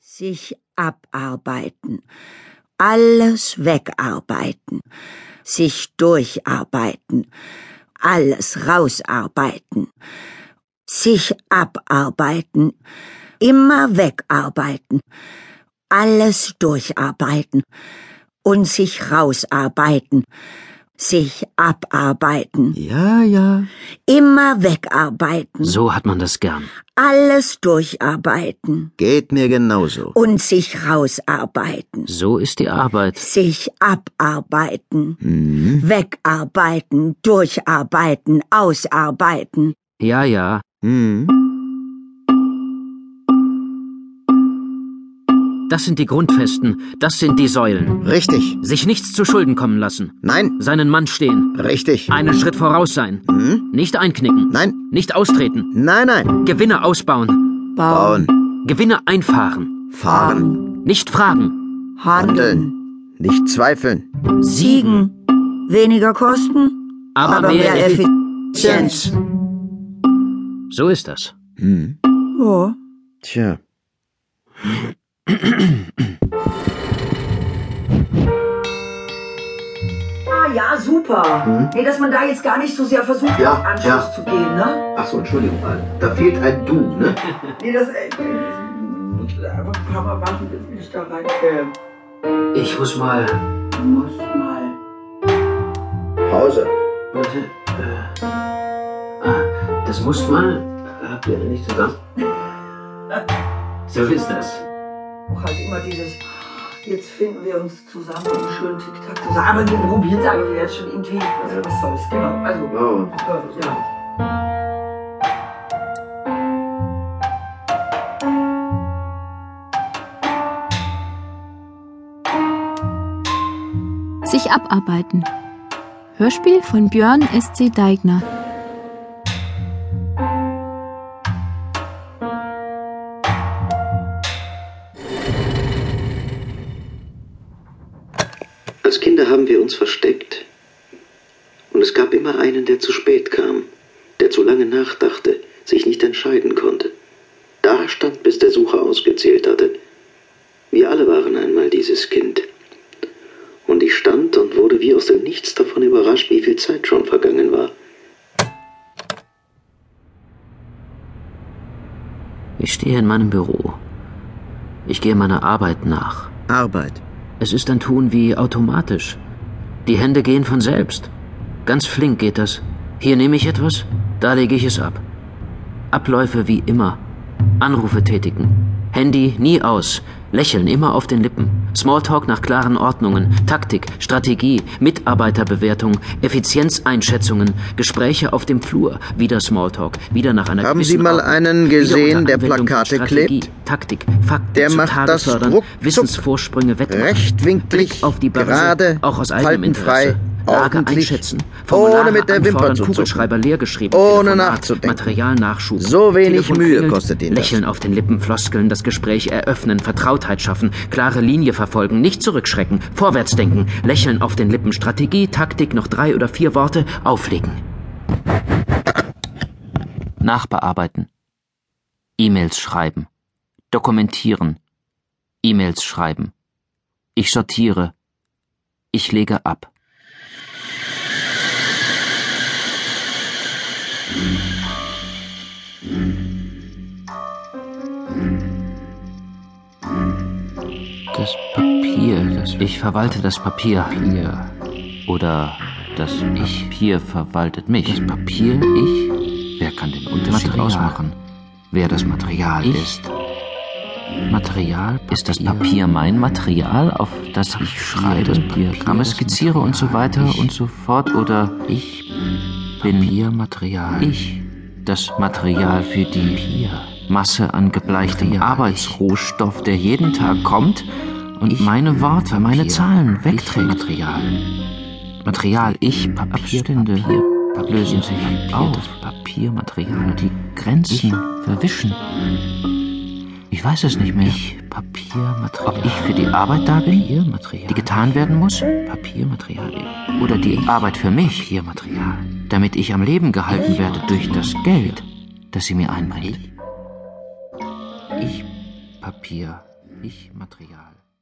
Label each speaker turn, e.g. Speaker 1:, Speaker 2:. Speaker 1: Sich abarbeiten, alles wegarbeiten, sich durcharbeiten, alles rausarbeiten, sich abarbeiten, immer wegarbeiten, alles durcharbeiten und sich rausarbeiten, sich abarbeiten,
Speaker 2: Ja, ja.
Speaker 1: immer wegarbeiten,
Speaker 3: So hat man das gern.
Speaker 1: alles durcharbeiten
Speaker 2: Geht mir genauso.
Speaker 1: und sich rausarbeiten,
Speaker 3: So ist die Arbeit.
Speaker 1: sich abarbeiten.
Speaker 2: Mhm.
Speaker 1: Wegarbeiten, durcharbeiten, ausarbeiten.
Speaker 3: Ja, ja.
Speaker 2: Mhm.
Speaker 3: Das sind die Grundfesten. Das sind die Säulen.
Speaker 2: Richtig.
Speaker 3: Sich nichts zu Schulden kommen lassen.
Speaker 2: Nein.
Speaker 3: Seinen Mann stehen.
Speaker 2: Richtig.
Speaker 3: Einen Schritt voraus sein.
Speaker 2: Mhm.
Speaker 3: Nicht einknicken.
Speaker 2: Nein.
Speaker 3: Nicht austreten.
Speaker 2: Nein, nein.
Speaker 3: Gewinne ausbauen.
Speaker 2: Bauen.
Speaker 3: Gewinne einfahren.
Speaker 2: Fahren.
Speaker 3: Nicht fragen.
Speaker 1: handeln,
Speaker 2: Handeln. Nicht zweifeln.
Speaker 1: siegen. Weniger Kosten,
Speaker 3: Aber,
Speaker 1: aber
Speaker 3: mehr.
Speaker 1: mehr
Speaker 3: Effi-
Speaker 1: Effizienz.
Speaker 3: so ist das.
Speaker 2: Mhm.
Speaker 1: Ja.
Speaker 2: Tja.
Speaker 4: Ah, ja, super. Nee, dass man da jetzt gar nicht so sehr versucht,
Speaker 2: Hm? Ja,
Speaker 4: auf Anschluss
Speaker 2: ja.
Speaker 4: zu gehen, ne?
Speaker 2: Achso, Entschuldigung, äh, da fehlt ein Du, ne?
Speaker 4: Nee, das äh, muss ich einfach ein paar Mal machen, bis ich da reinfällt.
Speaker 3: Ich muss mal.
Speaker 4: Muss mal.
Speaker 2: Pause.
Speaker 3: Warte. Äh, ah, das muss mal. Habt ihr nicht zusammen? So ist das.
Speaker 4: Auch halt immer dieses, jetzt finden wir uns zusammen und schön Tick-Tack zusammen. Aber wir probieren es aber jetzt schon irgendwie. Also, was soll's, genau. Also,
Speaker 2: Oh.
Speaker 4: äh, ja.
Speaker 5: Sich abarbeiten. Hörspiel von Björn S.C. Deigner.
Speaker 6: Als Kinder haben wir uns versteckt. Und es gab immer einen, der zu spät kam, der zu lange nachdachte, sich nicht entscheiden konnte. Da stand, bis der Sucher ausgezählt hatte. Wir alle waren einmal dieses Kind. Und ich stand und wurde wie aus dem Nichts davon überrascht, wie viel Zeit schon vergangen war.
Speaker 3: Ich stehe in meinem Büro. Ich gehe meiner Arbeit nach.
Speaker 2: Arbeit.
Speaker 3: Es ist ein Tun wie automatisch. Die Hände gehen von selbst. Ganz flink geht das. Hier nehme ich etwas, da lege ich es ab. Abläufe wie immer. Anrufe tätigen. Handy nie aus. Lächeln immer auf den Lippen. Smalltalk nach klaren Ordnungen. Taktik, Strategie, Mitarbeiterbewertung, Effizienzeinschätzungen. Gespräche auf dem Flur. Wieder Smalltalk. Wieder nach einer
Speaker 2: Haben
Speaker 3: gewissen
Speaker 2: Sie mal
Speaker 3: Ordnung.
Speaker 2: einen
Speaker 3: Wieder
Speaker 2: gesehen,
Speaker 3: unter
Speaker 2: der
Speaker 3: Anwendung von
Speaker 2: Plakate
Speaker 3: Strategie,
Speaker 2: klebt?
Speaker 3: Taktik, Fakten
Speaker 2: Der
Speaker 3: zu
Speaker 2: macht
Speaker 3: Tage
Speaker 2: das
Speaker 3: fördern,
Speaker 2: ruckzuck.
Speaker 3: Wissensvorsprünge weg
Speaker 2: Rechtwinklig,
Speaker 3: auf die Börse,
Speaker 2: gerade,
Speaker 3: auch aus eigenem
Speaker 2: faltenfrei,
Speaker 3: Interesse. Lage
Speaker 2: ordentlich,
Speaker 3: einschätzen,
Speaker 2: ohne
Speaker 3: Formulare
Speaker 2: mit der Wimper
Speaker 3: anfordern,
Speaker 2: zu zucken,
Speaker 3: Kugelschreiber leergeschrieben,
Speaker 2: ohne
Speaker 3: Telefonat,
Speaker 2: nachzudenken.
Speaker 3: Materialnachschub.
Speaker 2: So wenig
Speaker 3: Telefon
Speaker 2: Mühe
Speaker 3: klingelt,
Speaker 2: kostet ihn das.
Speaker 3: Lächeln auf den Lippen, Floskeln, das Gespräch eröffnen, Vertrautheit schaffen, klare Linie verfolgen, nicht zurückschrecken, vorwärtsdenken, Lächeln auf den Lippen, Strategie, Taktik, noch drei oder vier Worte, auflegen. Nachbearbeiten. E-Mails schreiben. Dokumentieren. E-Mails schreiben. Ich sortiere. Ich lege ab. Das Papier, das ich verwalte das Papier. Papier. Oder das Ich. Papier verwaltet mich. Das Papier, ich. Wer kann den Unterschied ausmachen? Wer das Material ist. Material ist das Papier mein Material, auf das ich schreibe, das Papier, skizziere und so weiter und so fort? Oder ich bin Papier, Material. Ich das Material für die Masse an gebleichtem Arbeitsrohstoff, der jeden Tag kommt und meine Worte, meine Zahlen wegträgt. Material. Material, ich, Abstände lösen sich auf. Papier, Material, die Grenzen verwischen. Ich weiß es nicht mehr. Ich, Papiermaterial. Ob ich für die Arbeit da bin, die getan werden muss, Papiermaterial. Oder die Arbeit für mich, Papiermaterial. Damit ich am Leben gehalten werde durch das Geld, das sie mir einbringt. Ich, Papier, Ich Material.